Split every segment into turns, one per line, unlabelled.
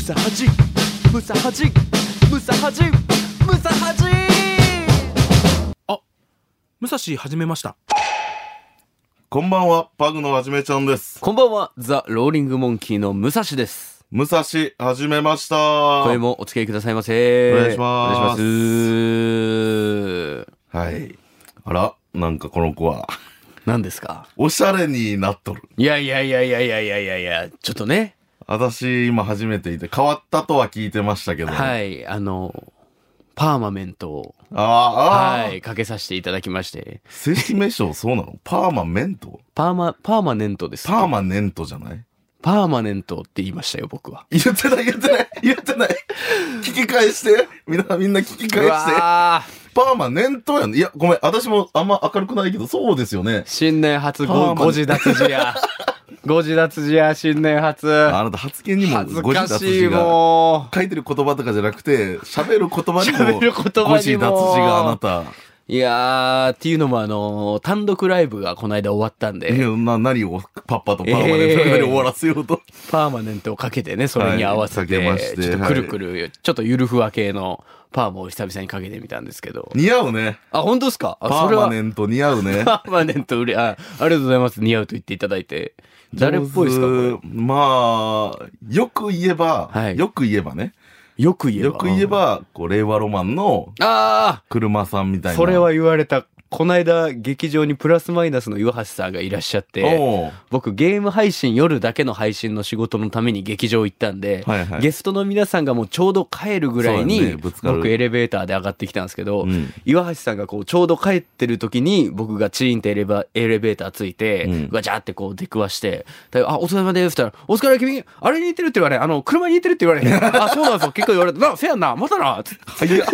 サハジムサハジムサハジムサハジ
武蔵始めました
こんばんは、パグのはじめちゃんです。
こんばんは、ザ・ローリング・モンキーの武蔵です。
武蔵、はじめました。
これもお付き合いくださいませ。
お願いします
お願いします。
はい。あら、なんかこの子は、
何ですか
おしゃれになっとる。
いやいやいやいやいやいやいやいや、ちょっとね。
私、今初めていて、変わったとは聞いてましたけど。。
はいい、あの、パーマメントを、
あーあー、
はい、かけさせていただきまして。
正式名称そうなのパーマメント
パーマ、パーマネントです。
パーマネントじゃない
パーマネントって言いましたよ、僕は。
言ってない言ってない言ってない聞き返してみんな、みんな聞き返
う
して。
わー
パーマネントやん。いや、ごめん。私もあんま明るくないけど、そうですよね。
新年初
パーマネ
ご、
ン
ご自脱字 や。ご自脱字や、新年初。
あなた発言にも
恥ず
ご自
か
立
しい、
字が
もう。
書いてる言葉とかじゃなくて、喋る言葉にも、
喋る言葉にも
誤字脱字があなた。
いやー、っていうのもあのー単独ライブがこの間終わったん
い
で、
やな何をパッパとパーマネント
え
で
え
終わらせよう と。
パーマネントをかけてね、それに合わせて、
はいかけまして
ちょっとくるくる、ちょっとゆるふわ系のパーマを久々にかけてみたんですけど。
似合うね。
あ、本当ですかあ、
パ
それ
ーマ
は
ネ。ント似合うね。
パーマネント売れ、あ、ありがとうございます。似合うと言っていただいて。 誰っぽいですかこ
まあ、よく言えば、
はい
よく言えばね。
れよく言えば。
よく言え。ば、こう、令和ロマンの
あ
車さんみたい
あ
な。
それは言われた。この間、劇場にプラスマイナスの岩橋さんがいらっしゃって。
おう
僕ゲーム配信夜だけの配信の仕事のために劇場行ったんで、
はいはい
ゲストの皆さんがもうちょうど帰るぐらい
そうだ
に、
ねぶつかる
僕エレベーターで上がってきたんですけど、
うん
岩橋さんがこうちょうど帰ってる時に僕がチーンってエレバエレベーターついて、
うん
ガチャってこう出くわして「であお疲れ様です」って言ったら「お疲れ君あれに似てる」って言われあの車に似てるって 言われあそうなんですよ結構言われて「なせやんなまたな」つって
早っ。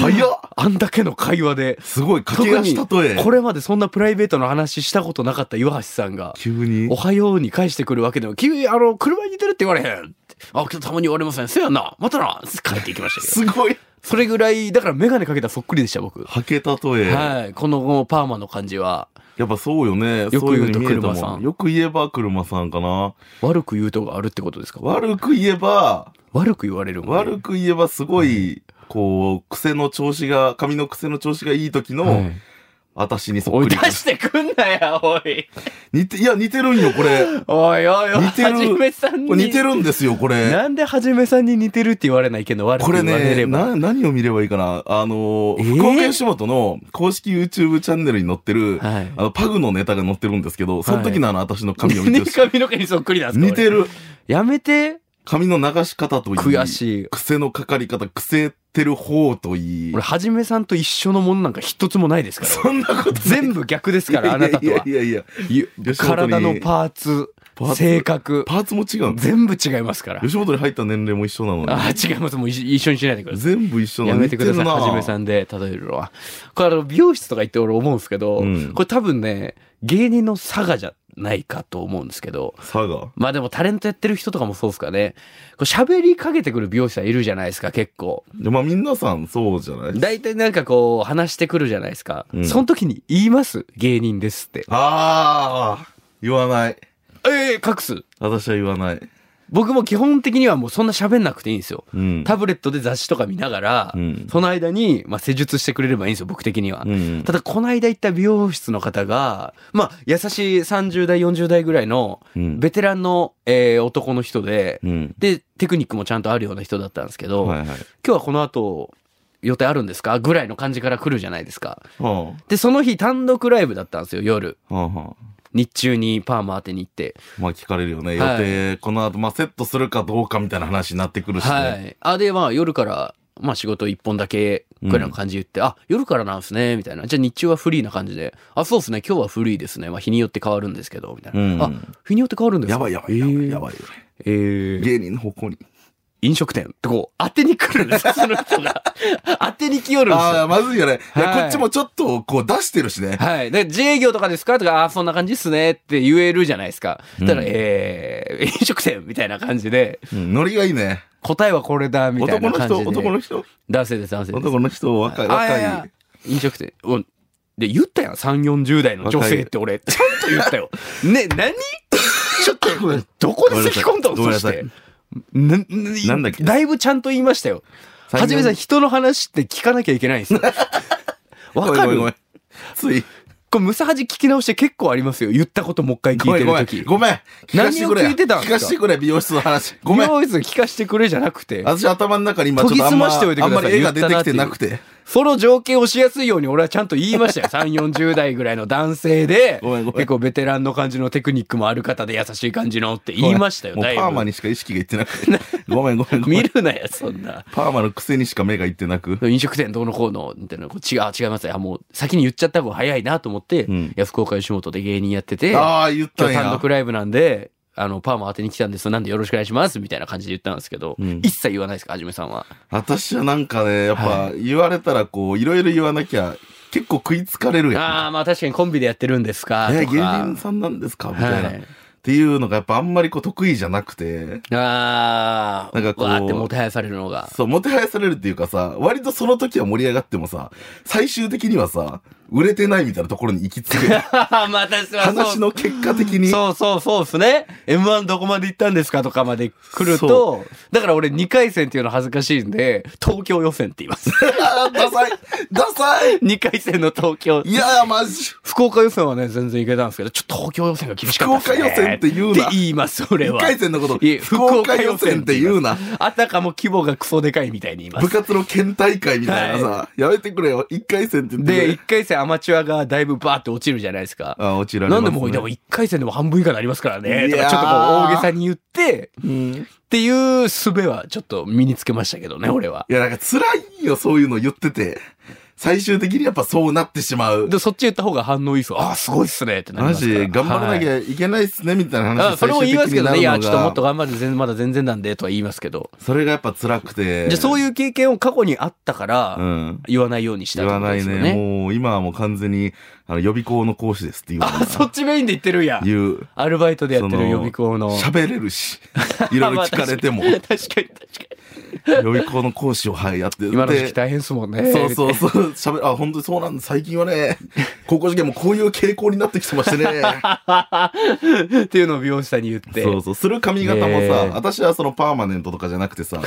早っ。
あんだけの会話です
ごい、駆け足たとえ。
これまでそんなプライベートの話したことなかった岩橋さんが
急に
お。はように返してくるわけでも、君、あの、車に似てるって言われへんって。あ、今日たまに言われません。せやな。またな。帰っていきましたけど。
すごい。
それぐらい、だからメガネかけたらそっくりでした、僕。
はけたとえ。
はい。このこのパーマの感じは、
やっぱそうよね。
よく言うと
そい風に見えるも
車さん
よく言えば車さんかな。
悪く言うとがあるってことですか
悪く言えば、
悪く言われるもん、ね。
悪く言えばすごい、こう、癖の調子が、髪の癖の調子がいい時の、
はい
私にそ
お
っ
い、
く
出
り。
してくんなや、おい。
似て、いや、似てるんよ、これ。
おいおいおい。
似てる
はじめさんに。
これ似てるんですよ、これ。
なんではじめさんに似てるって言われないけど、悪く
これ
言われ
ね、
れば。
な、何を見ればいいかなあのー、
えー
福岡吉本の公式 YouTube チャンネルに載ってる、
はい
あの、パグのネタが載ってるんですけど、その時のあの、私の髪を見てほ しい。
髪の毛にそっくりなんですか
似て。
俺
る。
やめて。
髪の流し方といい。
悔しい。
癖のかかり方、癖てる方といい
俺、。はじめさんと一緒のものなんか一つもないですから。
そんなことない。
全部逆ですから、あなたとはい
やいやいやい
ゆ
や。吉本に
体のパーツ
パー、ツ
性格、
パーツも違うの
全部違いますから。
吉本に入った年齢も一緒なのに。
あー、違います。もう一一緒にしないでください。
全部一緒な
や
の
めてください。
似るな
はじめさんで例えるのは。これ、あの、美容室とか行って俺思うんですけど、
うん
これ多分ね、芸人の差がじゃないかと思うんですけど、
佐賀。
まあでもタレントやってる人とかもそうですかね。こう喋りかけてくる美容師さんいるじゃないですか、結構。
でまあ、皆さんそうじゃない
大体なんかこう、話してくるじゃないですか。
うん
その時に言います芸人ですって。
ああ、言わない。
ええ隠す。
私は言わない。
僕も基本的にはもうそんな喋んなくていいんですよ。
うん。
タブレットで雑誌とか見ながら、
うん
その間に、まあ、施術してくれればいいんですよ、僕的には。
うん
ただ、この間行った美容室の方が、まあ、優しい30代、40代ぐらいの、
うん
ベテランの、えー男の人で、
うん。
で、テクニックもちゃんとあるような人だったんですけど、
はいはい。
今日はこの後、予定あるんですかぐらいの感じから来るじゃないですか。
は
で、その日単独ライブだったんですよ、夜。
あ、はあ、はあ。
日中にパーマ当てに行って。
まあ聞かれるよね。予
はい
定、この後、まあセットするかどうかみたいな話になってくるしね。
はい。あ、で、まあ夜から、まあ仕事一本だけぐらいの感じで言って、あ、夜からなんすね、みたいな。じゃあ日中はフリーな感じで、あ、そうですね、今日はフリーですね。まあ日によって変わるんですけど、みたいな。
うん
あ、日によって変わるんです
やばいやばいやばいや
い。
ばい。
えーえー
芸人の方向に。
飲食店ってこう、当てに来るん ですよ、その人が。当てに来よるんです
あ
よ。
あ、まずいよね。いや、
はい
こっちもちょっと、こう出してるしね。
はい。で、自営業とかですかとか、あーそんな感じっすねって言えるじゃないですか。たら、
うん
えー飲食店みたいな感じで、
うんノリがいいね。
答えはこれだ、みたい
男
な
の
感じ
人、
で。
男の人、
男性です、男性です。
男の人、若い、
あ
若
いや
い。
いや飲食店おで言ったやん3 4 0代の女性って俺ちゃ んと言ったよね何ちょっとどこで咳き込んだの
ごめん
そ
な
し
さい
てな
なんだっけ
だいぶちゃんと言いましたよ。
最
は
近
じめさん、人の話って聞かなきゃいけないんで すよ。わか
ごめん
る
ごめんごめんつい。
これ、ムサハジ聞き直して結構ありますよ。言ったこともう一回聞いてる
ごめん
時。
ごめん。聞かせてくれ。
何を聞いてたんで
聞
すか
かせてくれ、美容室の話。ごめん
美。容室聞かしてくれじゃなくて、
私頭の中に今ちょっとあん
研ぎ澄ま
ま
しておいて
あ
く
ん
ださ
ま
い
り絵が出てきてなくて。
その条件をしやすいように俺はちゃんと言いました よ。3、40代ぐらいの男性で、
ごめんごめん
結構ベテランの感じのテクニックもある方で優しい感じのって言いましたよ、
もうパ
だい
ーマ
ぶ。
にしか意識がいってなくて。 ごめんごめんごめ
見
ん。
るなよ、そんな。
パーマのくせにしか目がいってなく。
飲食店どうのこうのみたいなこう違うあ違いますねあもう先に言っちゃった方が早いなと思って、
うん
いや福岡吉本で芸人やってて今
ああ、言ったん
日単
や
独。ライブなんであのパーマ当てに来たんですなんでよろしくお願いしますみたいな感じで言ったんですけど、
うん
一切言わないですかはじめさんは
私はなんかね、やっ
は
ぱ言われたらこう、いろいろ言わなきゃ結構食いつかれるやん。
ああまあ確かにコンビでやってるんですか
え、
と
芸人
か
さんなんですかみたいな。
は
っ
い
ていうのがやっぱあんまりこう得意じゃなくて。
ああ
なんかこう
わーってもてはやされるのが
そう、もてはやされるっていうかさ、割とその時は盛り上がってもさ、最終的にはさ、売れてないみたいなところに行き着く。
ま あ確かに
話の結果的に。
そうそうそうですね。M1 どこまで行ったんですかとかまで来る
そ
と、だから俺2回戦っていうの恥ずかしいんで、東京予選って言います。
あーダサいダサ い
2回戦の東京。
いやー、マジ。
福岡予選はね、全然いけたんですけど、ちょっと東京予選が厳しかったです、ね。
福岡予選って言うな
って言います、俺は。
一回戦のこと
いえ
福岡予選って言うな。
あたかも規模がクソでかいみたいに言いま
部
す。
活の県大会みたいなさ、やめてくれよ。一回戦って言ってくれ
で、1回戦アマチュアがだいぶバーって落ちるじゃないですか。
あ、落ちられま
な
す、
ん
ね。
でもう、でも1回戦でも半分以下になりますからね。
い
と
やー
かちょっとこう大げさに言って、
うん
っていう術はちょっと身につけましたけどね、俺は。
いや、なんか辛いよ、そういうの言ってて。最終的にやっぱそうなってしまう。
で、そっち言った方が反応いいっすよ。ああ、すごいっすね、ってなり
マ
ます
ジ
から。、
頑張らなき
はい
ゃいけないっすね、みたいな話
あそれも言いますけどね。
最終的に
い
な
や、
るのが
ちょっともっと頑張って、全まだ全然なんで、とは言いますけど。
それがやっぱ辛くて。
じゃあそういう経験を過去にあったか
う
ら、
ん。
言わないようにした
言
って
わ
こと
な
で
い
すよ
ね。
ね。
もう、今はもう完全に、あの、予備校の講師ですっていうのが。
あ、そっちメインで言ってるんや。
言う。
アルバイトでやって
そ
る
の
予備校の。
喋れる し、いろいろ聞かれても、
まあ
予
確かに確かに確か
備校の講師を、はい、やってて
に。今の時期大変っすもんね。
そうそうそう、喋る、あ、本当にそうなんだ。最近はね、高校受験もこういう傾向になってきてましてね。
っていうのを美容師さんに言って。
そうそう、する髪型もさ、
えー
私はそのパーマネントとかじゃなくてさ、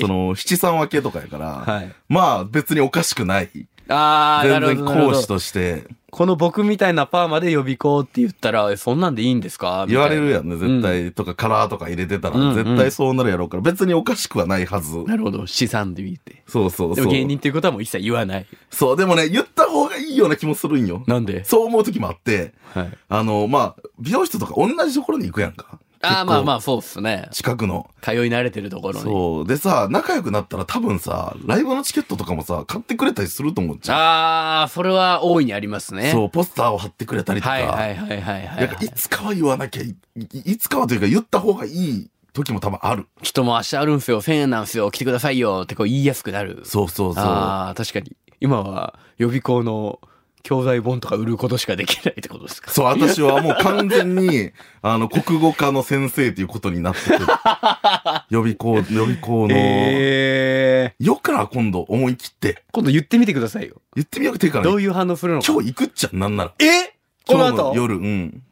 その七三分けとかやから、
はい
まあ別におかしくない。
ああ、
全
なる
然
ほどなるほ
講師
ど。
として
この僕みたいなパーマで予備校って言ったら、えそんなんでいいんですかみ
言
たい
わ
な
れるやんね、絶対。とかカラーとか入れてた
うんうん
ら、絶対そうなるやろうから、別におかしくはないはず。
なるほど、資産で見て。
そうそう
で
そう
も。芸人っていうことはもう一切言わない。
そう、でもね、言った方がいいような気もするんよ。
なんで
そう思う時もあって、
はい。
あの、まあ、美容室とか同じところに行くやんか。
ああ、まあま
あ。
あ、そうっすね。
近くの。
通い慣れてるところに。
そう。でさ、仲良くなったら多分さ、ライブのチケットとかもさ、買ってくれたりすると思うじゃん。
ああ、それは大いにありますね。
そう、ポスターを貼ってくれたりとか。
はいはいはいはいはい
なんか
はい
い。つかは言わなきゃいい、いいつかはというか言った方がいい時も多分ある。
ちょっともう明日あるんすよ、1000円なんすよ、来てくださいよってこう言いやすくなる。
そうそうそう。
ああ、確かに。今は予備校の教材本とか売ることしかできないってことですか。
そう、私はもう完全 に、あの、国語科の先生っていうことになってくる。予備校、予備校の。
ええ
よっから今度思い切って。
今度言ってみてくださいよ。
言ってみようってから、
どういう反応するのか。
今日行くっちゃなんなら。
えこの
今日
後
夜、うん。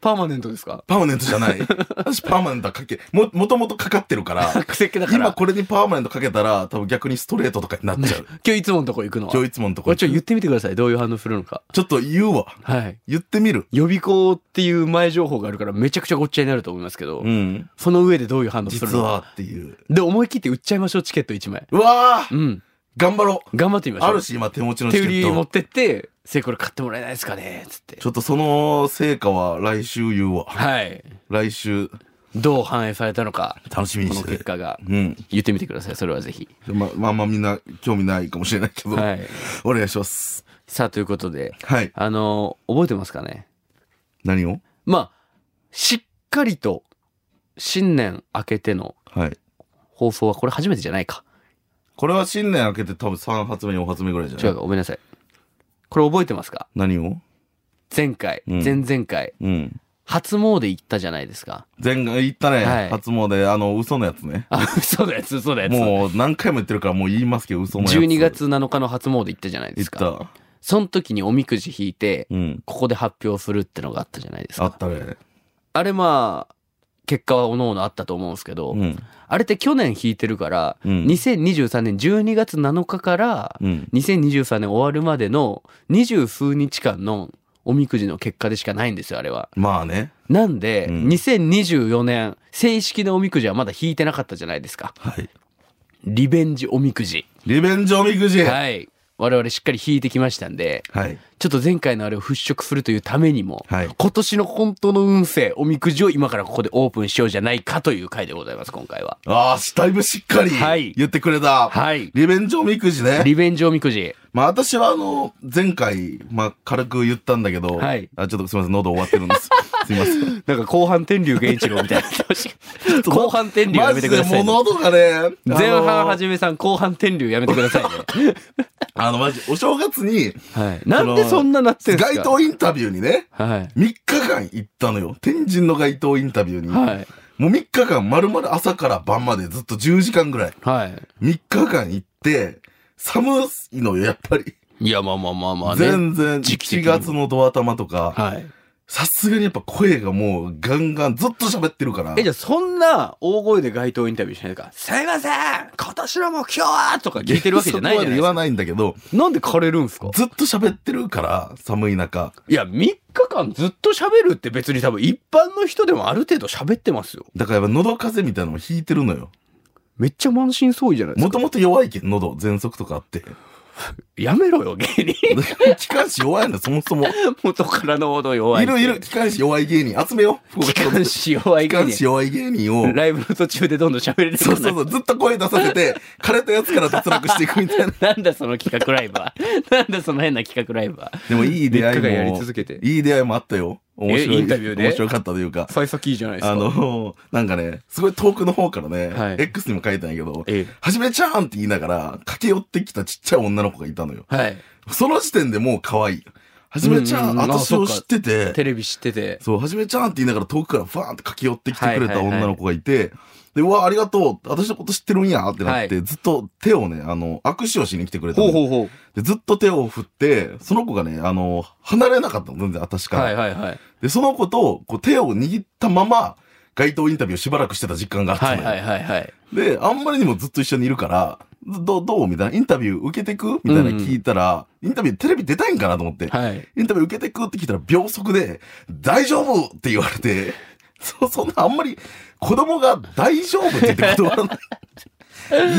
パーマネントですか
パーマネントじゃ ない。私パーマネントはかけ、も、もともとかかってるから、
癖っ気だから。
今これにパーマネントかけたら、多分逆にストレートとかになっ ちゃう。
今日いつものとこ行くのは。
今日いつものとこ
これ
ろ。
ちょっと言ってみてください。どういう反応するのか。
ちょっと言うわ。
はい。
言ってみる。
予備校っていう前情報があるからめちゃくちゃごっちゃになると思いますけど、
うん。
その上でどういう反応する
実
のか。
はっていう。
で、思い切って売っちゃいましょう、チケット1枚。
うわ
う
ー
ん。
頑張ろう
頑張ってみましょう。
あるし、今手持ちの
手
チ
売
ケ
り持
ット。
ってって、せいこれ買ってもらえないですかねつって
ち。ょっとその成果は来週言うわ。
はい。
来週、
どう反映されたのか、
楽しみに
こ
し
の
て
結
て。
果が。
うん。
言ってみてください、それはぜひ。
ま、まあまあみんな興味ないかもしれないけど、
はい。
お願いします。
さあ、ということで、
はい。
あの覚えてますかね
何を
まあ、しっかりと、新年明けての
はい。
放送はこれ初めてじゃないか。
これは新年明けて多分3発目、4発目ぐらいじゃ
違
ないう
か、ごめんなさい。これ覚えてますか
何を
前回、
うん
前々回、
うん。初
初詣行ったじゃないです か。
前回行ったね、
はい
初詣、あの、嘘のやつね。
あ、嘘のやつ、嘘のやつ。
もう何回も言ってるからもう言いますけど、嘘のやつ。
12月7日の初詣行ったじゃないで
行っ
すか。
た。
その時におみくじ引いて、
うん。
ここで発表するってのがあったじゃないです
あ
か
っ。たね。
あれまあ、結果はおのおのあったと思うんですけど、
うん。
あれって去年弾いてるから、
うん
2023年12月7日から
うん。
2023年終わるまでの二十数日間のおみくじの結果でしかないんですよ、あれは。
まあね。
なんで、
うん
2024年、正式なおみくじはまだ引いてなかったじゃないですか。
はい。
リベンジおみくじ。
リベンジおみくじ。はい。
はい。我々しっかり引いてきましたんで、
はい。
ちょっと前回のあれを払拭するというためにも、
はい
今年の本当の運勢、おみくじを今からここでオープンしようじゃないかという回でございます、今回は。
ああ、だいぶしっかり
はい
言ってくれた。
はい
リベンジおみくじね。
リベンジおみくじ。
まあ私はあの、前回、まあ軽く言ったんだけど、
はい
あちょっとすみません、喉終わってるんです。 すみません。
なんか後半天竜源一郎みた いな。後半天竜 やめてください、
マジで物音がね、
前半は
じ
じめさん、後半天竜やめてくださいね。
あの、マジ、お正月に、
はい。なんでそんななってんすか
街頭インタビューにね、
は
3
い。
日間行ったのよ。天神の街頭インタビューに。
はい。
もう3日間、丸々朝から晩までずっと10時間ぐらい。
は
3日間行って、寒いのよ、やっぱり。
い。いや、まあまあまあまあね。
全然、
時期的
7
に
月のドア玉とか、
はい。
さすがにやっぱ声がもうガンガンずっと喋ってるから
え、。じゃあそんな大声で街頭インタビューしないとか、すいません今年の目標はとか聞いてるわけじゃないじ
そこま
ゃない
で
で
言
す
わ
か。
ないんだけど、
なんで枯れるんすか
ずっと喋ってるから、寒い中。
いや、3日間ずっと喋るって別に多分一般の人でもある程度喋ってますよ。
だからやっぱ喉風邪みたいなのも引いてるのよ。
めっちゃ満身創痍じゃないです
も
か。
ともと弱いけん、喉、喘息とかあって。
やめろよ、芸人。
機関士弱いのよそもそも。
元からのほど弱い。
いるいる、。機関士弱い芸人集めよう。
機関士弱い
機
芸
関士
人。
弱い芸人を。
ライブの途中でどんどん喋れる
そうそう
う。
そう、ずっと声出させて、枯れたやつから脱落していくみたいな。
なんだその企画ライブは。 なんだその変な企画ライブは。
でもいい出会いも。
三日間やり続けて
いい出会いもあったよ。面白い。
えインタビューで
面白かったというか。
幸先いいじゃないですか。
あの、なんかね、すごい遠くの方からね、
はい
X にも書いたんやけど、
え
はじめちゃーんって言いながら、駆け寄ってきたちっちゃい女の子がいたのよ。
え。はい。
その時点でもう可愛い。はじめちゃ、
うんんうんあ
私を知ってて、
テレビ知ってて。
そう、はじめちゃんって言いながら遠くからファーンって駆け寄ってきてくれ
は
た
いはいはい
女の子がいて、で、うわ、ありがとう、私のこと知ってるんやってなって、ずっと手をね、あの、握手をしに来てくれたの
ほうほうほ
で、ずっと手を振って、その子がね、あの、離れなかったの、全然私
う。
から。
はいはいはい。
で、その子と、こう、手を握ったまま、街頭インタビューをしばらくしてた実感があったの
は
よ
いはいはいはい。
で、あんまりにもずっと一緒にいるから、どどうみたいな、インタビュー受けてくみたいな聞いたら、インタビューテレビ出たいんかなと思って、
はい。
インタビュー受けてくって聞いたら秒速で、大丈夫って言われて、 そ、そんなあんまり子供が大丈夫って言って断ら ない。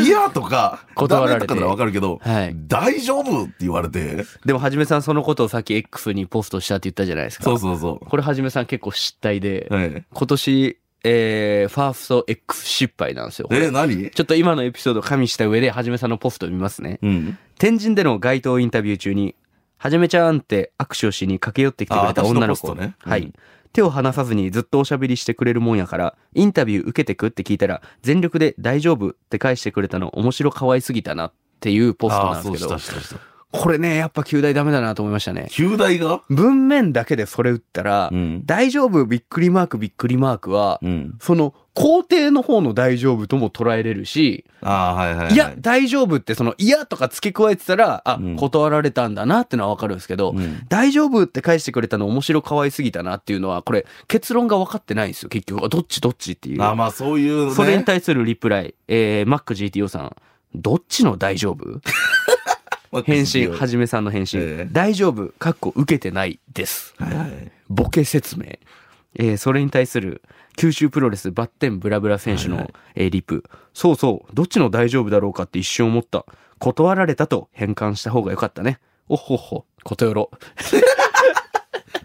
いやとか、
断られ
ダメ
て
とかならわかるけど、
はい
大丈夫って言われて、
でもはじめさんそのことをさっき X にポストしたって言ったじゃないですか。
そうそうそ
これはじめさん結構失態で、
う。はい、
今年、えー、ファースト X 失敗なんですよ。これ
え、何
ちょっと今のエピソードを加味した上で、はじめさんのポストを見ますね。
うん。
天神での街頭インタビュー中に、はじめちゃんって握手をしに駆け寄ってきてくれた
あ私の
女の
ポ
子。
ストねうん
はい。手を離さずにずっとおしゃべりしてくれるもんやから、インタビュー受けてくって聞いたら、全力で大丈夫って返してくれたの面白可愛すぎたなっていうポスト
あ
な
あ、
んで
そう
す
し
けど
た、したした。
これね、やっぱ旧大ダメだなと思いましたね。
旧大が
文面だけでそれ打ったら、
ん。
大丈夫びっくりマークびっくりマークは、
うん。
その肯定の方の大丈夫とも捉えれるし、
ああ、はいはい、はい。
いや、大丈夫ってその、いやとか付け加えてたら、あ、
うん
断られたんだなってのはわかるんですけど、
うん
大丈夫って返してくれたの面白可愛すぎたなっていうのは、これ結論が分かってないんですよ、結局。あどっちどっちっていう。
あまあそういうね。
それに対するリプライ、えー、MacGTO さん、どっちの大丈夫 返信、は
じ
じめさんの返信、
ええ
大丈夫、かっこ受けてないです。
はいはい。
ボケ説明。えーそれに対する九州プロレスバッテンブラブラ選手の、
はいはい
えーリプ。そうそう、どっちの大丈夫だろうかって一瞬思った。断られたと変換した方が良かったね。おっほっほ、ことよろ。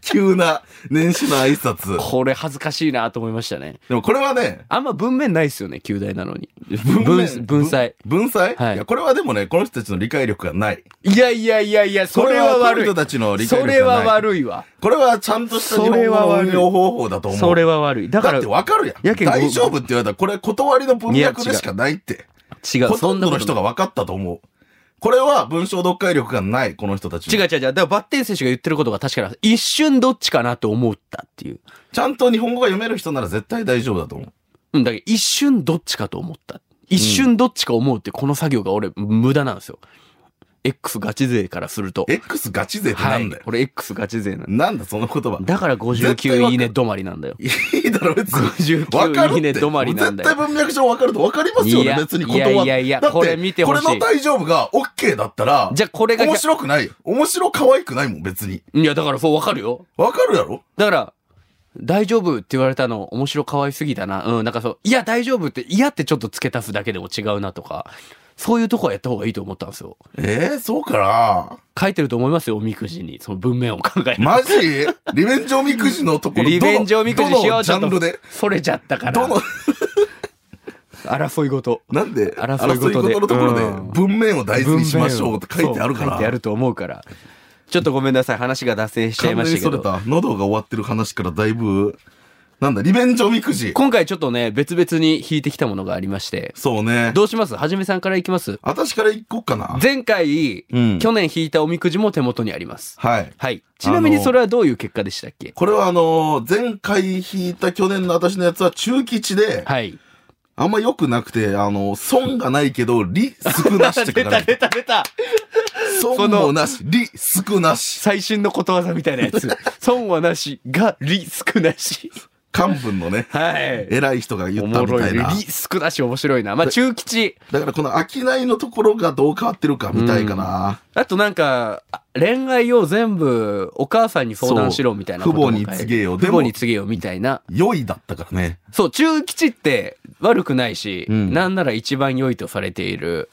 急な年始の挨拶。
これ恥ずかしいなと思いましたね。
でもこれはね、
あんま文面ないっすよね、旧大なのに。
面
文文才。
文才、
はい
い、や、これはでもね、この人たちの理解力がない。
いやいやいやいや、それは
この
悪い
人。たちの理解
そ
力がない。
れは悪いわ。
これはちゃんとした日
そ
本
れは
語の
悪い
運用方法だと思う。
それは悪い。だ
だ
から、
ってわかるやん。
やけん
大丈夫って言われたら、これ断りの文脈でしかないって。
違う、
ほ
そ
と
ん
ん
な
ど
こ
の
と
人が分かったと思う。これは文章読解力がない、この人たちの。
違う違う違う。だからバッテン選手が言ってることが確かに一瞬どっちかなと思ったっていう。
ちゃんと日本語が読める人なら絶対大丈夫だと思う。
うん、だけど一瞬どっちかと思った。一瞬どっちか思うってこの作業が俺無駄なんですよ。 X ガチ勢からすると。
X ガチ勢って
は
ないんだ。よ。
これ X ガチ勢なんだ。
なんだその言葉。
だから
絶対わ
59
か
いいね止まりなんだよ。
いいだろ、別に。
59
わかるって
いいね止まりなんだよ
絶対文脈上わかるとわかりますよ
い
ね、
や
別に断っ
いやいやいや
だって
これ見てほしい
これの大丈夫が OK だったら、
じゃあこれが、
面
い
白くないよ。面白可愛くないもん、別に。
やだからそうわかるよ。
わかるやろ
だから、大丈夫って言われたの面白可愛すぎだな。うん、なんかそう、いや大丈夫って、いやってちょっと付け足すだけでも違うなとか、そういうとこはやった方がいいと思ったんですよ。
えー、そうかな
書いてると思いますよ、おみくじに。その文面を考える。
マジリベンジおみくじのところどの
リベンジおみくじし
ど
よ
の
う
ジ
ちょっ
ャン
と
ルで。
それちゃったから。
どの、
争い事。
なんで、
争い事で
争い事のところで
うん
文面を大事にしましょうって書いてあるか
そう書いてあ
ら。
ると思うから。ちょっとごめんなさい、話が脱線しちゃい
完
ま
全に
した
そ
け
れ
ど。
た。喉が終わってる話からだいぶ、なんだ、リベンジおみくじ。
今回ちょっとね、別々に引いてきたものがありまして。
そうね。
どうしますはじめさんからいきます
私から行こうかな。
前回、
うん
去年引いたおみくじも手元にあります。
はい。
はい。ちなみにそれはどういう結果でしたっけ
これはあのー前回引いた去年の私のやつは中吉で、
はい。
あんま良くなくて、あのー損がないけど、利少なしって書かれ て
た出た
損もなし、利少なし。
最新のことわざみたいなやつ。 損はなし、が、利少なし。
漢文のね、
はい。
偉い人が言
お
った
も
み
ろ
た
い
い
ね
な。。
利少なし面白いな。まあ中吉。
だからこの商いのところがどう変わってるかみたいかな。
あとなんか、恋愛を全部お母さんに相談しろみたいなことも書いて
そう父母に告げよ
父
でも
母に告げよみたいな。
良いだったからね。
そう、中吉って悪くないし、
うん
なんなら一番良いとされている。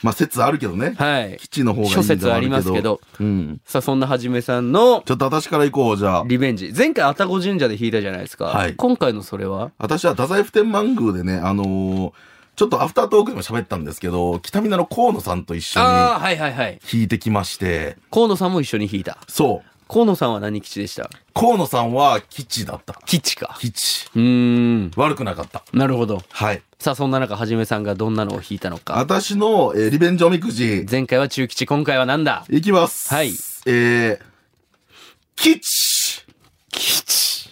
まあ説あるけどね。
はい。
基地の方がいいん
諸
だろうけど
説ありますけど。
うん。
さあ、そんなはじめさんの
ちょっと私から行こう、じゃあ。
リベンジ。前回、愛宕神社で弾いたじゃないですか。
はい
今回のそれは
私は太宰府天満宮でね、あのーちょっとアフタートークでも喋ったんですけど、北見名の河野さんと一緒に
ああ、はいはいはい。
弾いてきまして、
河野さんも一緒に弾いた。
そう。
河野さんは何吉でした
河野さんは吉だった。
吉か。
吉。
うーん。
悪くなかった。
なるほど。
はい。
さあ、そんな中、はじめさんがどんなのを弾いたのか。
私の、えーリベンジおみくじ、
前回は中吉、今回は何だ
いきます。
はい
えー、吉
吉。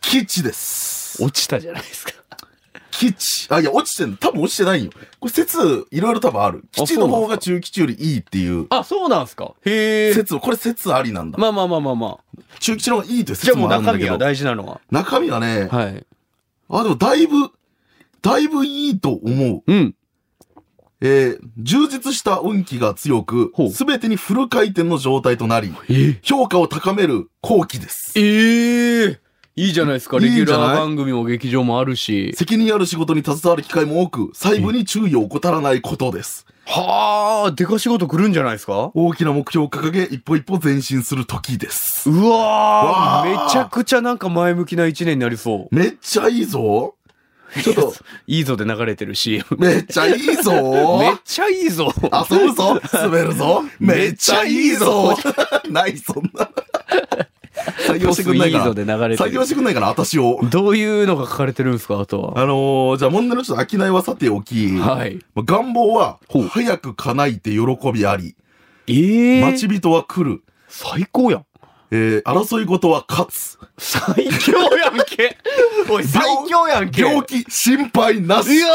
吉です。
落ちたじゃないですか。
吉。あ、いや、落ちてん多分落ちてないよ。これ説、いろいろ多分ある。
あ
吉の方が中吉よりいいっていう。
あ、そうなんすか。へえ。
説、これ説ありなんだ。
まあまあまあまあまあ。
中吉の方がいいという
じゃ
説
あもう
もあるんだ
中
け
身
ど
は。大事なのは。
中身はね、
はい。
あ、でもだいぶ、だいぶいいと思う。
うん。
えー充実した運気が強く
ほ、う
すべてにフル回転の状態となり、
え
評価を高める後期です。
ええいいじゃないですか。
いい
レ
んじ
ギ
ゃない
ュラー番組も劇場もあるし。
責任ある仕事に携わる機会も多く、細部に注意を怠らないことです。
はあ、でか仕事来るんじゃないですか
大きな目標を掲げ、一歩一歩前進する時です。
うわ
わ
ー
ー
めちゃくちゃなんか前向きな一年になりそう。
めっちゃいいぞ。ちょっ と、
いいぞで流れてる CM。
めっちゃいいぞ。
めっちゃいい ぞ
遊ぶぞ滑るぞめっちゃいいぞ ない、そん な。採用してくんないか
ボ
な
スいいぞで流れてる
採用してくんないかな私を。
どういうのが書かれてるんですかあとは。
あのー、じゃあ、問題のちょっと商いはさておき、
はい。
まあ願望は
ほう、
早く叶いて喜びあり、
ええ
待ち人は来る、
最高やん。
えー、争い事は勝つ、
最強やんけ おい、最強やんけ
病気、心配なし
い、や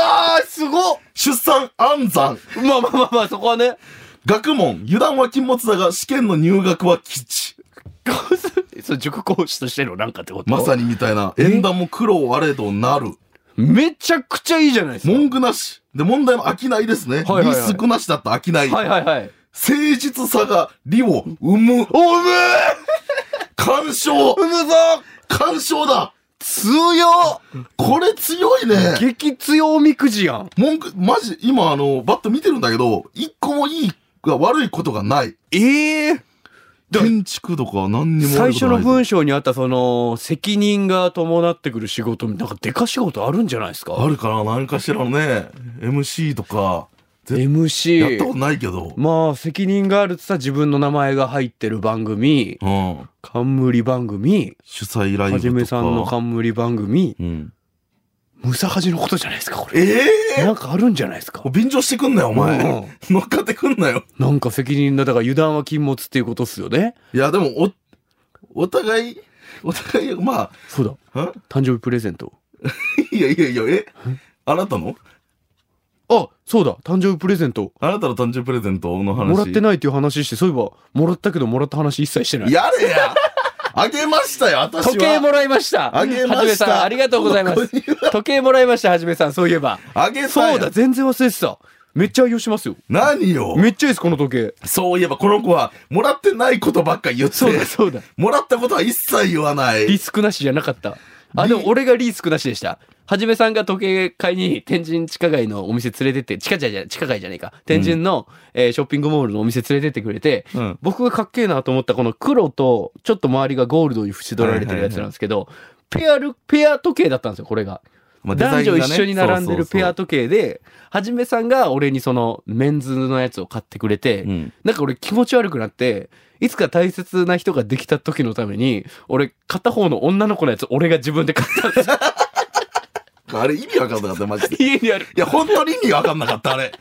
ー、すごっ
出産、安産、
まあまあまあまあ、そこはね。
学問、油断は禁物だが、試験の入学は吉。
そう塾講師としてのなんかってこと
まさにみたいな、縁談も苦労あれどなる。
めちゃくちゃいいじゃないですか。
文句なし。で、問題の商いですね。
はいはいはい
リスクなしだった商い。
はいはいはい。
誠実さが利を生む。
おめ
干渉
うむぞ
干渉だ
強
これ強いね
激強おみくじやん。
文句、マジ、今あの、バット見てるんだけど、一個もいい、悪いことがない。
ええだ
建築とか何にも悪
最
いこと
初
な
の
い。
文章にあったその責任が伴ってくる仕事なんかでか仕事あるんじゃないです
あ
か
るかな何かしらのね、MC とか、絶やったこと
MC
ないけど。
まあ責任があるってさ自分の名前が入ってる番組
うん。
冠番組
主催ライブ
は
とか。
じめさんの冠番組
うん。
ムサハジのことじゃないですかこれ
ええ
なんかあるんじゃないですか
便乗してくんなよ、お前。
うん
乗っかってくんなよ。
なんか責任だだから油断は禁物っていうことっすよね
いや、でも、お、お互い、お互い、ま
そう だ
あ、ん
誕生日プレゼント
いやいやいや、えあなたの
あ、そうだ、誕生日プレゼント。
あなたの誕生日プレゼントの話。
もらってないっていう話して、そういえば、もらったけどもらった話一切してない。
やれや あげましたよ、私は。
時計もらいました。
あげました
はじめさん、ありがとうございます。時計もらいました、はじめさん、そういえば。
あげたよ
そうだ、全然忘れてた。めっちゃ愛用しますよ。
何よ
めっちゃいいです、この時計。
そういえばこの子は、もらってないことばっか言って、
そうだ、そうだ。
もらったことは一切言わない。
リスクなしじゃなかった。あ、でも俺がリスクなしでした。はじめさんが時計買いに天神地下街のお店連れてって、地下街じゃ、地下街じゃねえか。天神の、えーショッピングモールのお店連れてってくれて、
うん
僕がかっけえなと思ったこの黒と、ちょっと周りがゴールドに縁取られてるやつなんですけど、ペアル、ペア時計だったんですよ、これが。
まあデザイ
男
ンが
女
ね
一緒に並んでるペア
そう
時計で、はじめさんが俺にそのメンズのやつを買ってくれて、
そうそううん
なんか俺気持ち悪くなって、いつか大切な人ができた時のために、俺、片方の女の子のやつ、俺が自分で買ったんですよ。
あれ意味わかんなかった、マジで。い
家にある。
や、本当に意味わかんなかった、あれ。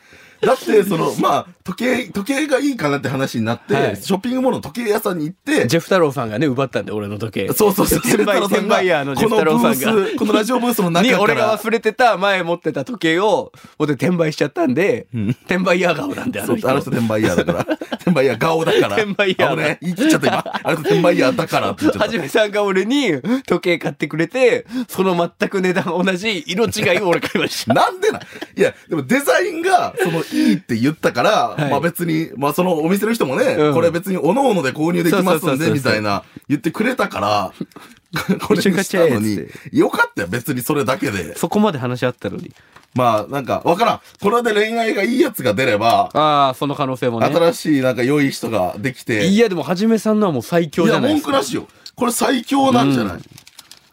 だって、その、まあ、時計、時計がいいかなって話になって、
はい
ショッピングモールの時計屋さんに行って、
ジェフ太郎さんがね、奪ったんで、俺の時計。
そうそうそう、
転
セレク
売
タロさん
転
が
売ヤーのジェ
こ
フ
の
太
ブ
郎さんが
ース、このラジオブースの中
に、
から。
俺が忘れてた、前持ってた時計を、ここで転売しちゃったんで、転売ヤー顔なんで、あ
そ
の
う
人。
あの人転売ヤーだ から。転売ヤー顔だから。
転売ヤー
あ俺、言い切っちゃった今。あの人転売ヤーだからって言っちゃ
は
っ
じめさんが俺に時計買ってくれて、その全く値段同じ色違いを俺買いました
た。。なんでなんいや、でもデザインが、その、いいって言ったから、
い
まあ別に、まあそのお店の人もね、
うん
これ別に各々で購入できます
そうそうそ
ん
うそう
で、
そう
みたいな、言ってくれた から、これにしたの
一緒に買っ
に
ち、
よかったよ、別にそれだけで。
そこまで話し合ったのに。
まあなんか、わからん。これで恋愛がいいやつが出れば、
ああ、その可能性もね。
新しいなんか良い人ができて、
いや、でも、はじめさんのはもう最強
い
じ
や、
ゃないで
文
す
句
か。
なしよ。これ最強なんじゃない、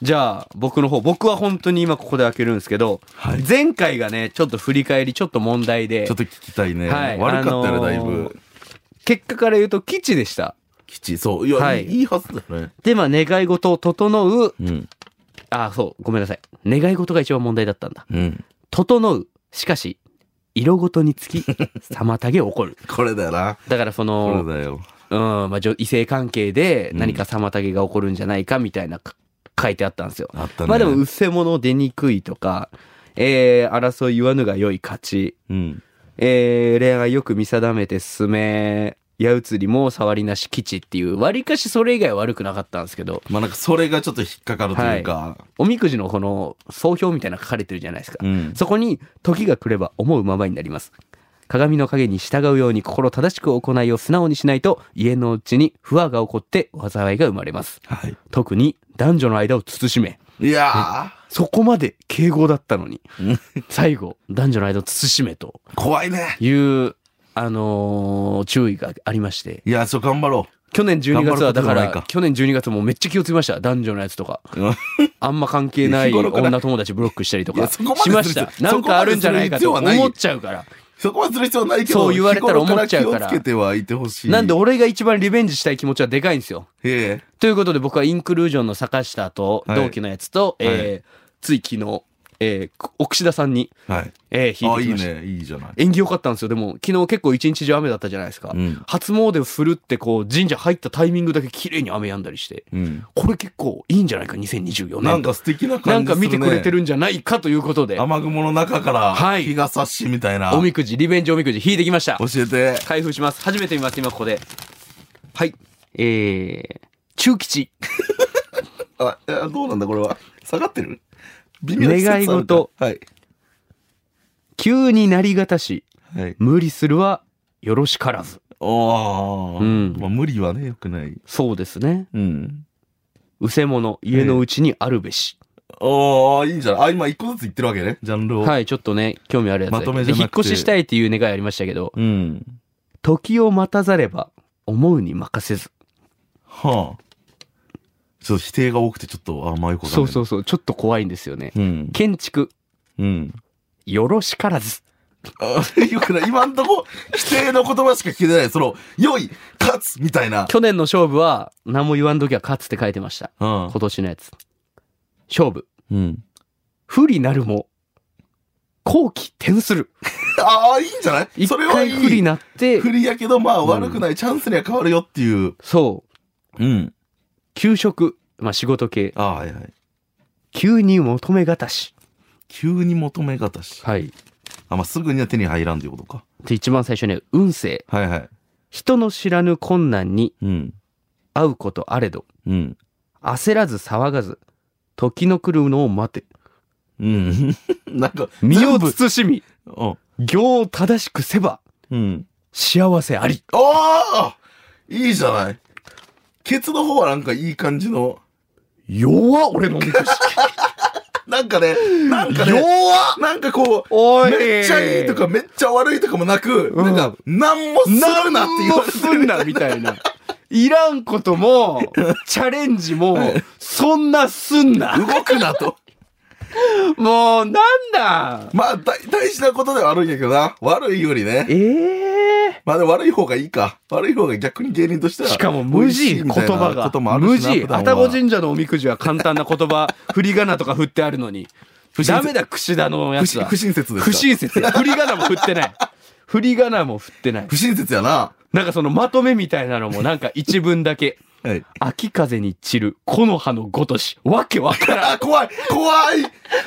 じゃあ、僕の方、僕は本当に今ここで開けるんですけど、
はい
前回がね、ちょっと振り返り、ちょっと問題で
ちょっ、と聞きたいね。
はい
悪かったよね、だい
あの
ぶ
ー。結果から言うと、基地でした。
基地、そう。いや、
はいい、
いいはずだよね。
で、まあ、願い事を整う、
うん。
ああ、そう、ごめんなさい。願い事が一番問題だったんだ。
うん。
整う、しかし、色ごと につき、妨げ起こる。
これだよな。
だから、そ
こ
の
れ、だよ。
うん、まあ、じょ異性関係で何か妨げが起こるんじゃないか、みたいな、か書いてあったんですよ。
あったね。
まあでも、うっせ者出にくいとか、えー、争い言わぬが良い勝ち、
うん。
えー、恋愛よく見定めて進め、矢移りも触りなし吉っていう、わりかしそれ以外は悪くなかったんですけど、
まあなんか、それがちょっと引っかかるというか。
おみくじのこの総評みたいなの書かれてるじゃないですか。
うん。
そこに、時が来れば思うままになります。鏡の影に従うように心正しく行いを素直にしないと、家のうちに不和が起こって災いが生まれます。
はい。
特に男女の間を慎め。
いや
そこまで敬語だったのに
うん、
最後、男女の間を慎めと
ー、怖いね。
いう、あのー注意がありまして、
いや、ちょ、頑張ろ
去年12月はだ
頑
か
張ることじゃない
ら
か、
去年12月もめっちゃ気をつけました、男女のやつとか。
う。 うん
あんま関係な い
日頃から
女友達ブロックしたりと
い
か
やそこまです
し
る
ました。
そこまで
なんかあるんじゃないかと思っちゃうから。
そこはする必要ないけど、
そう言われたら思っちゃう
日頃
から
気をつけてはいてほしい。
なんで俺が一番リベンジしたい気持ちはでかいんですよ。
ええ。
ということで僕はインクルージョンの坂下と
はい
同期のやつと、
はい
えーつい昨日、えー、奥志田さんに、
はい。
えー、
あ、
弾い
い
てき
い
ました。
ね。いいじゃない。
縁起良かったんですよ。でも、昨日結構一日中雨だったじゃないですか。
うん
初詣をするってこう、神社入ったタイミングだけ綺麗に雨止んだりして、
うん。
これ結構いいんじゃないか、2024年。
なんか素敵な
な
感
ん
じす
か
る、ね。
見てくれて。るんじゃないかということで、
雨雲の中から、
はい
日が差しみたいな。
おみくじ、リベンジおみくじ引いてきました
教。えて。
開封します。初めて見ます、今ここで。はい。えー、中吉。
あ、えどうなんだこれは。下がってる微妙な季節あるから
願い事
はい。
急になりがたし、
はい。
無理するはよろしからず。
おー。
うん
まあ無理はね、よくない。
そうですね。
うん。
うせ者、家のうちにあるべし。
おー、いいんじゃないあ、今一個ずつ言ってるわけね。ジャンルを。い。
はい、ちょっとね、興味あるやつだけど
まとめじゃなくて
で引っ越ししたいっていう願いありましたけど、
うん。
時を待たざれば、思うに任せず。
はあ。ちょっと否定が多くて、ちょっと、あ、まあよくわかん
そ
な
う
い。
そうそう、ちょっと怖いんですよね。
う。うん。
建築、
うん。
よろしからず。
あよくない。今んとこ、否定の言葉しか聞けてない。その、良い、勝つ、みたいな。
去年の勝負は、何も言わんときは勝つって書いてました。
うん
今。年のやつ。勝負、
うん。
不利なるも、後期転する。
ああ、いいんじゃない
一
それはい
回
い。
不利なって
不、利やけど、まあ悪くない。チャンスには変わるよっていう。
そ
う
う、
ん。
給食、まあ仕事系、
ああ、はいはい。
急に求めがたし。
急に求めがたし。
はい。
あ、まあ、すぐには手に入らんということか。
で、一番最初ね、運勢。
はいはい。
人の知らぬ困難に
うん。
会うことあれど、
うん。
焦らず騒がず、時の来るのを待て。
うん。 なんか、
身
全
を
部
慎み、
うん。
行を正しくせば、
うん。
幸せあり。
ああいいじゃない。ケツの方はなんかいい感じの。
弱っ俺のおみこし。
なんかね、なんかね、
弱っ
なんかこう、
おい
めっちゃいいとかめっちゃ悪いとかもなく、
うん
なんか、なんもするなって言われて
すんなみたいな。いらんことも、チャレンジも、そんなすんな。
動くなと。
もう、なんだ
まあ、大大事なことではあるんやけどな。悪いよりね。
ええ
まあでも悪い方がいいか。悪い方が逆に芸人としては。
しかも無字
美
言
味しいみたいな
葉
ことも
が
ある
無
しな
字
普段は
愛宕神社のおみくじは簡単な言葉振り仮名とか振ってあるのに
親
ダ
切
メだ櫛田のや
不
つ
親
は
不親切ですか
不親切や振り仮名も振ってない振り仮名も振ってない
不親切やな。
なんかそのまとめみたいなのもなんか一文 だけ
はい。
秋風に散る木の葉のごとしわけわからん
あ、怖い怖い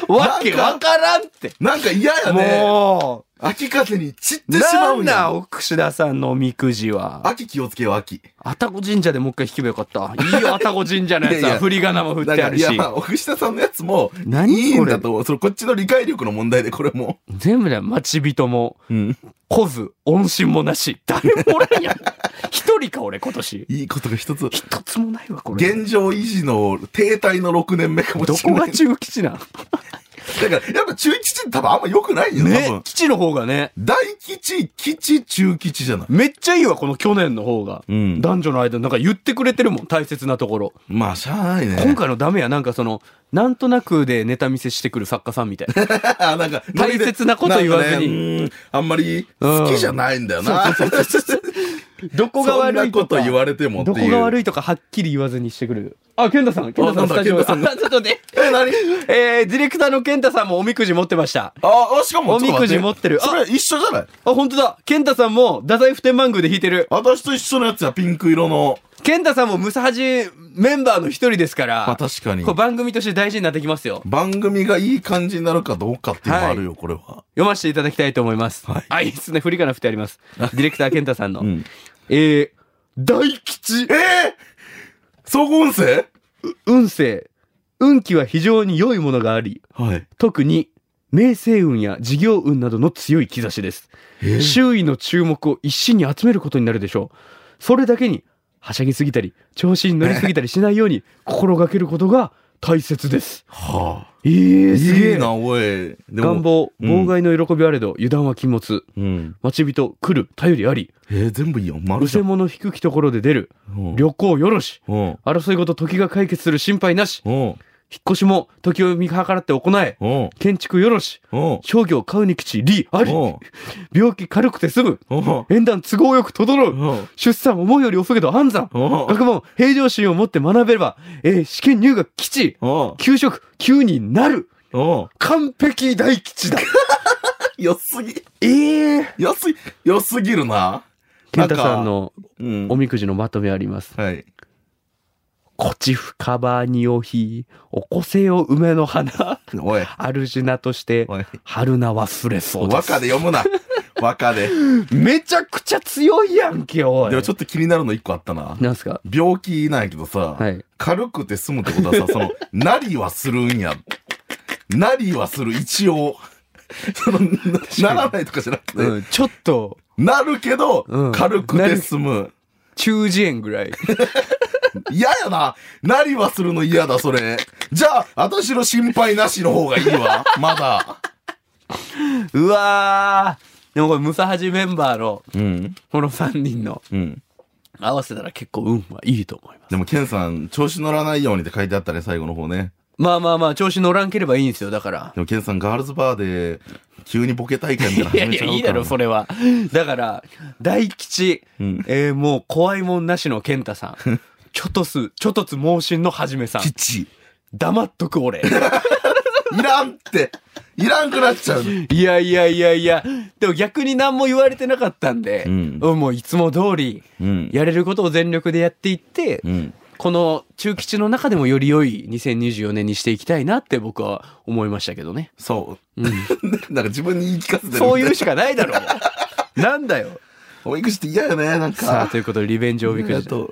わけわからんって。
なんか嫌やね。
も
秋風に散って
う、
しま
な
うん
ん
や
だ、。奥志田さんのおみくじは。
秋気をつけよ、秋。
愛宕神社でもう一回弾けばよかった。いいよ、愛宕神社のや
い
つ
やいや
は。振り仮名も振っ
だ
て
から
ある
い
し
や、。まあ、奥下さんのやつも、
何
いいん
これ
だと思う。そのこっちの理解力の問題で、これも。
全部だよ、待ち人も。
うん。
来ず、音信もなし。誰もおら んやん。一人か、俺、今年。
いいことが一つ。
一つもないわ、これ。
現状維持の停滞の6年目かも
ど
しれ
こ
な
が
い。
中吉なん
だから、やっぱ中吉って多分あんま良くないよ、多
ね
分。
基地の方がね。
大吉、吉、中吉じゃない。
めっちゃいいわ、この去年の方が。
うん
男女の間、なんか言ってくれてるもん、大切なところ。
まあ、しゃあないね。
今回のダメや、なんかその、なんとなくでネタ見せしてくる作家さんみたいな。
あなんか
大切なこと言わず
なんか
に
ねうんあんまり好きじゃないんだよな。そ
どこが悪い
んなことと
か。
言われてもってい
ど
う。
こが悪いとかはっきり言わずにしてくる。あ、健太さん、健太さん
あ
スタジオ
なんだ健太さんが
あ ちょっとね。
え、何
えー、ディレクターの健太さんもおみくじ持ってました。
あ、あ、しかも、
おみくじ
ちょっと待
持ってるあ
それ一緒じゃない
あ、本当だ。健太さんも太宰府天満宮で弾いてる。
私と一緒のやつはピンク色の。
健太さんもムサハジメンバーの一人ですから、
まあ確かに
これ。番組として大事になってきますよ。
番組がいい感じになるかどうかっていうのもあるよ、これは。
読ませていただきたいと思います。
はい
あ、いいですね。振り仮名振ってあります。ディレクター健太さんの。
ん
えー、大吉
ええ総合運勢
運勢。運気は非常に良いものがあり、
はい。
特に名声運や事業運などの強い兆しです、周囲の注目を一身に集めることになるでしょうそれだけにはしゃぎすぎたり調子に乗りすぎたりしないよう に心がけることが大切です
はあ。
えー、すげ
いい
え
な、おい。で
願望
うん
妨害の喜びあれど、油断は禁物
うん。
待ち人来る頼りあり
えー全部いいよ。丸
う
じ
せ
ゃん。
者低きところで出る
うん
旅行よろし
うん。
争いごと時が解決する心配なし
うん。
引っ越しも時を見計らって行え
うん。
建築よろし
うん。
商業買うに吉利あり
うん
病気軽くて済む
うん。
縁談都合よくとどろう
うん。
出産思うより遅いけど安産
うん。
学問平常心を持って学べれば、えー試験入学吉
うん。
給食9になる
うん。
完璧大 吉だ
良すぎ。
ええ
良すぎ、良すぎるな。
健太さんの
うん
おみくじのまとめあります。
はい。
こちふかばにおひ、おこせよ梅の花。
おい。
あるじなとして
おい、
春名忘れそうで
和
す。
歌で読 むな。和歌で。
めちゃくちゃ強いやんけ、おい。
でもちょっと気になるの一個あったな。
なんすか
病気なんやけどさ、
はい
軽くて済むってこと はさ、その、なりはするんや。なりはする、一応。その、なならないとかじゃなくて、
うん、ちょっと、
なるけど、
うん
軽くて済む。
中耳炎ぐらい。
嫌やな。なりはするの嫌だ、それ。じゃあ、私の心配なしの方がいいわ。まだ。
うわーでもこれムサハジメンバーの
うん。
この3人の
うん。
合わせたら結構運はいいと思います
でも、ケンさん、調子乗らないようにって書いてあったね、最後の方ね。
まあまあまあ調子乗らんければいいんですよだから
でも、ケンさん、ガールズバーで、急にボケ大会みたいなの
い
始
やい
めち
や
ゃうから。
いいだろそれはだから大吉、
うん
えーもう怖いもんなしの健太さん ちょとすちょとつ猛進のはじめさん
キチ。
黙っとく俺
いらんって。いらんくなっちゃう。
いやいやいやいやでも逆に何も言われてなかったんで、
うん
もういつも通り
うん。
やれることを全力でやっていって、
うん。
この中吉の中でもより良い2024年にしていきたいなって僕は思いましたけどね。
そ
うん、
う。 なんか自分に言い聞かせてる。
そういうしかないだろう。 なんだよ。
おみくじって嫌よね、なんか。
さあ、ということでリベンジおみく
あ
じ。
と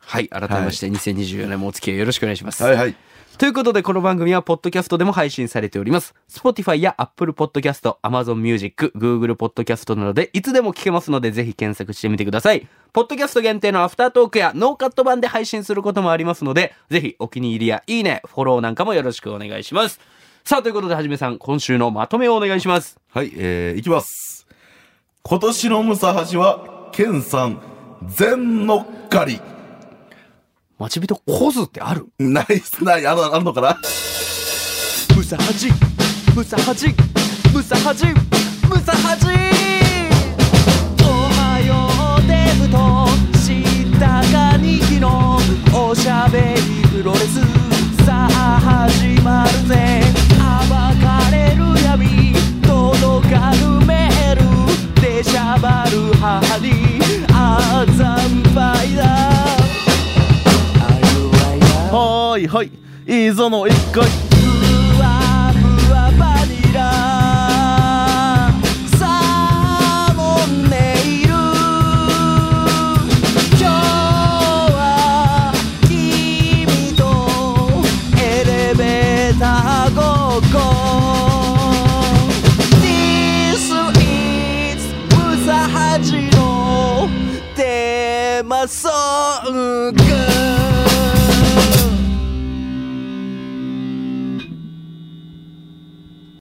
はい、改めまして2024年もお付き合いよろしくお願いします。
はいはい。
ということで、この番組は、ポッドキャストでも配信されております。Spotify や Apple Podcast、Amazon Music、Google Podcast などで、いつでも聞けますので、ぜひ検索してみてください。ポッドキャスト限定のアフタートークや、ノーカット版で配信することもありますので、ぜひ、お気に入りや、いいね、フォローなんかもよろしくお願いします。さあ、ということで、はじめさん、今週のまとめをお願いします。
はい、えー、いきます。今年のムサハシは、ケンさん、全のっかり。
待ち人コズってある
ナイスな、あの、あるのかな
ムサハジムサハジムサハジムサハジおはようデブとしたかにきのおしゃべりプロレスさあ始まるぜ暴かれる闇届かぬメールでしゃばる母にあざんぱいだ
はーい、はい。いいぞの一回。
ふわふわバニラサーモンネイル今日は君とエレベーターごっこ This is ムサハジのテーマソング